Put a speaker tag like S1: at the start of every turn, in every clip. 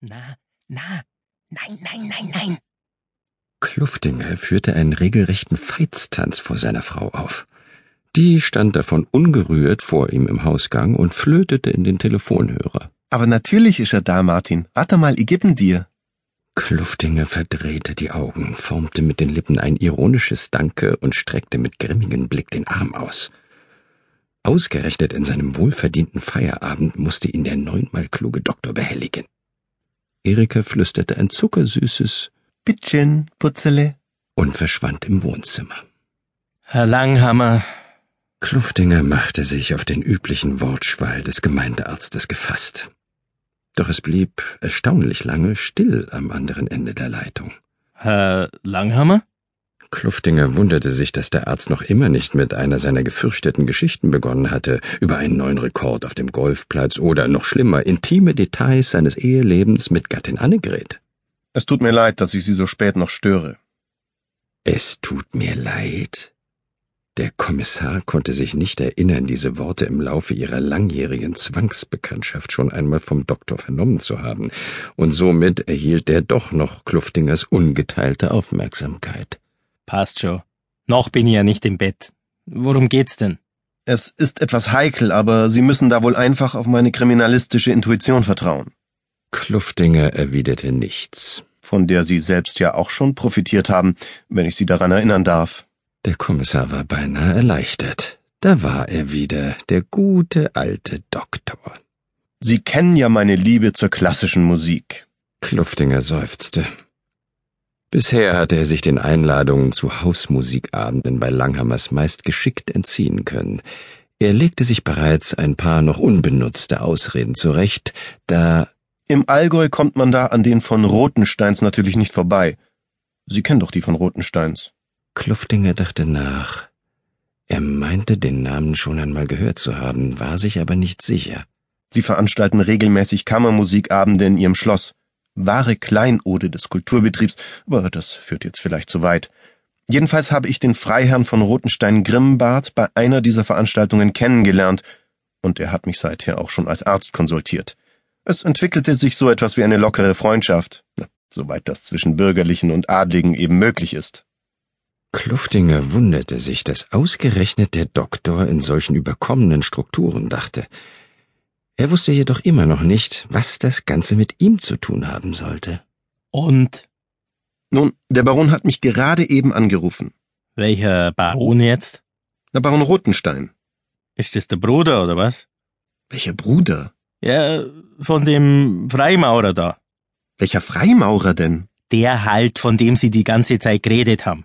S1: Na, na, nein, nein, nein, nein.
S2: Kluftinge führte einen regelrechten Feitstanz vor seiner Frau auf. Die stand davon ungerührt vor ihm im Hausgang und flötete in den Telefonhörer.
S3: Aber natürlich ist er da, Martin. Warte mal, ich geb'n dir.
S2: Kluftinger verdrehte die Augen, formte mit den Lippen ein ironisches Danke und streckte mit grimmigem Blick den Arm aus. Ausgerechnet in seinem wohlverdienten Feierabend musste ihn der neunmal kluge Doktor behelligen. Erika flüsterte ein zuckersüßes
S3: Bittchen, Putzele.
S2: und verschwand im Wohnzimmer.
S1: Herr Langhammer,
S2: Kluftinger machte sich auf den üblichen Wortschwall des Gemeindearztes gefasst. Doch es blieb erstaunlich lange still am anderen Ende der Leitung.
S1: Herr Langhammer?
S2: Kluftinger wunderte sich, dass der Arzt noch immer nicht mit einer seiner gefürchteten Geschichten begonnen hatte, über einen neuen Rekord auf dem Golfplatz oder, noch schlimmer, intime Details seines Ehelebens mit Gattin Annegret.
S3: Es tut mir leid, dass ich Sie so spät noch störe.
S2: Es tut mir leid. Der Kommissar konnte sich nicht erinnern, diese Worte im Laufe ihrer langjährigen Zwangsbekanntschaft schon einmal vom Doktor vernommen zu haben, und somit erhielt er doch noch Kluftingers ungeteilte Aufmerksamkeit.
S1: Passt schon. Noch bin ich ja nicht im Bett. Worum geht's denn?
S3: Es ist etwas heikel, aber Sie müssen da wohl einfach auf meine kriminalistische Intuition vertrauen,
S2: Kluftinger erwiderte nichts.
S3: von der Sie selbst ja auch schon profitiert haben, wenn ich Sie daran erinnern darf.
S2: Der Kommissar war beinahe erleichtert. Da war er wieder, der gute alte Doktor.
S3: Sie kennen ja meine Liebe zur klassischen Musik.
S2: Kluftinger seufzte. Bisher hatte er sich den Einladungen zu Hausmusikabenden bei Langhammers meist geschickt entziehen können. Er legte sich bereits ein paar noch unbenutzte Ausreden zurecht, da
S3: Im Allgäu kommt man da an den von Rotensteins natürlich nicht vorbei. Sie kennen doch die von Rotensteins.
S2: Kluftinger dachte nach. Er meinte, den Namen schon einmal gehört zu haben, war sich aber nicht sicher.
S3: Sie veranstalten regelmäßig Kammermusikabende in ihrem Schloss. Wahre Kleinode des Kulturbetriebs, aber das führt jetzt vielleicht zu weit. Jedenfalls habe ich den Freiherrn von Rotenstein Grimmbart bei einer dieser Veranstaltungen kennengelernt, und er hat mich seither auch schon als Arzt konsultiert. Es entwickelte sich so etwas wie eine lockere Freundschaft, na, soweit das zwischen Bürgerlichen und Adligen eben möglich ist.
S2: Kluftinger wunderte sich, dass ausgerechnet der Doktor in solchen überkommenen Strukturen dachte. Er wusste jedoch immer noch nicht, was das Ganze mit ihm zu tun haben sollte.
S1: Und
S3: Nun, der Baron hat mich gerade eben angerufen.
S1: welcher Baron jetzt?
S3: Der Baron Rotenstein.
S1: Ist das der Bruder oder was?
S3: Welcher Bruder?
S1: Ja, von dem Freimaurer da.
S3: Welcher Freimaurer denn?
S1: Der halt, von dem Sie die ganze Zeit geredet haben.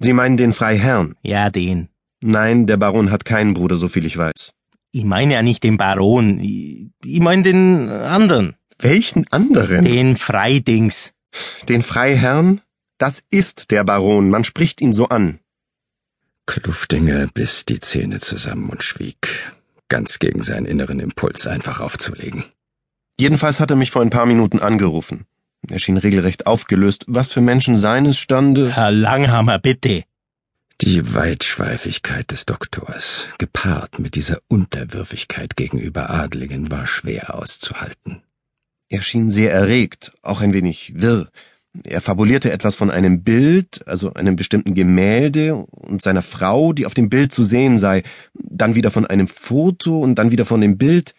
S3: Sie meinen den Freiherrn?
S1: Ja, den.
S3: Nein, der Baron hat keinen Bruder, so viel ich weiß.
S1: Ich meine ja nicht den Baron. Ich, ich meine den anderen.
S3: Welchen anderen?
S1: Den Freidings.
S3: Den Freiherrn? Das ist der Baron, man spricht ihn so an.
S2: Kluftinger biss die Zähne zusammen und schwieg, ganz gegen seinen inneren Impuls einfach aufzulegen.
S3: Jedenfalls hat er mich vor ein paar Minuten angerufen. Er schien regelrecht aufgelöst, was für Menschen seines Standes.
S1: Herr Langhammer, bitte.
S2: Die Weitschweifigkeit des Doktors, gepaart mit dieser Unterwürfigkeit gegenüber Adligen, war schwer auszuhalten.
S3: Er schien sehr erregt, auch ein wenig wirr. Er fabulierte etwas von einem Bild, also einem bestimmten Gemälde und seiner Frau, die auf dem Bild zu sehen sei, dann wieder von einem Foto und dann wieder von dem Bild.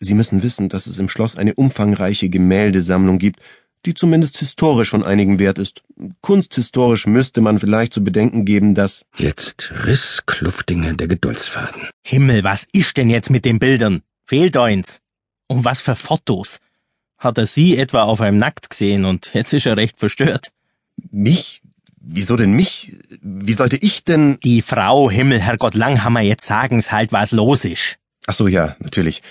S3: Sie müssen wissen, dass es im Schloss eine umfangreiche Gemäldesammlung gibt, die zumindest historisch von einigem Wert ist. Kunsthistorisch müsste man vielleicht zu bedenken geben, dass
S2: Jetzt riss Kluftinger der Geduldsfaden.
S1: Himmel, was ist denn jetzt mit den Bildern? Fehlt eins. Und was für Fotos? Hat er sie etwa auf einem Nackt gesehen und jetzt ist er recht verstört.
S3: mich? Wieso denn mich? Wie sollte ich denn?
S1: Die Frau, Himmel, Herrgott Langhammer, jetzt sagen's halt, was los ist.
S3: Ach so, ja, natürlich.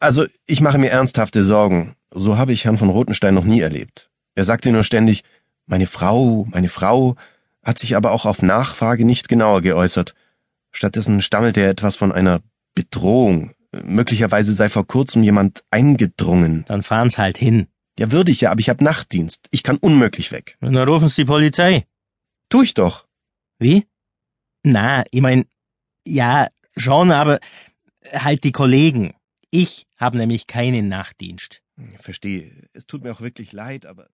S3: Also, ich mache mir ernsthafte Sorgen. So habe ich Herrn von Rotenstein noch nie erlebt. Er sagte nur ständig, meine Frau, meine Frau, hat sich aber auch auf Nachfrage nicht genauer geäußert. Stattdessen stammelte er etwas von einer Bedrohung. Möglicherweise sei vor kurzem jemand eingedrungen.
S1: Dann fahren's halt hin.
S3: Ja, würde ich ja, aber ich habe Nachtdienst. Ich kann unmöglich weg.
S1: Und dann rufen's die Polizei.
S3: Tu ich doch.
S1: Wie? Na, ich mein, ja, schon, aber halt die Kollegen. Ich habe nämlich keinen Nachtdienst.
S3: Verstehe. Es tut mir auch wirklich leid, aber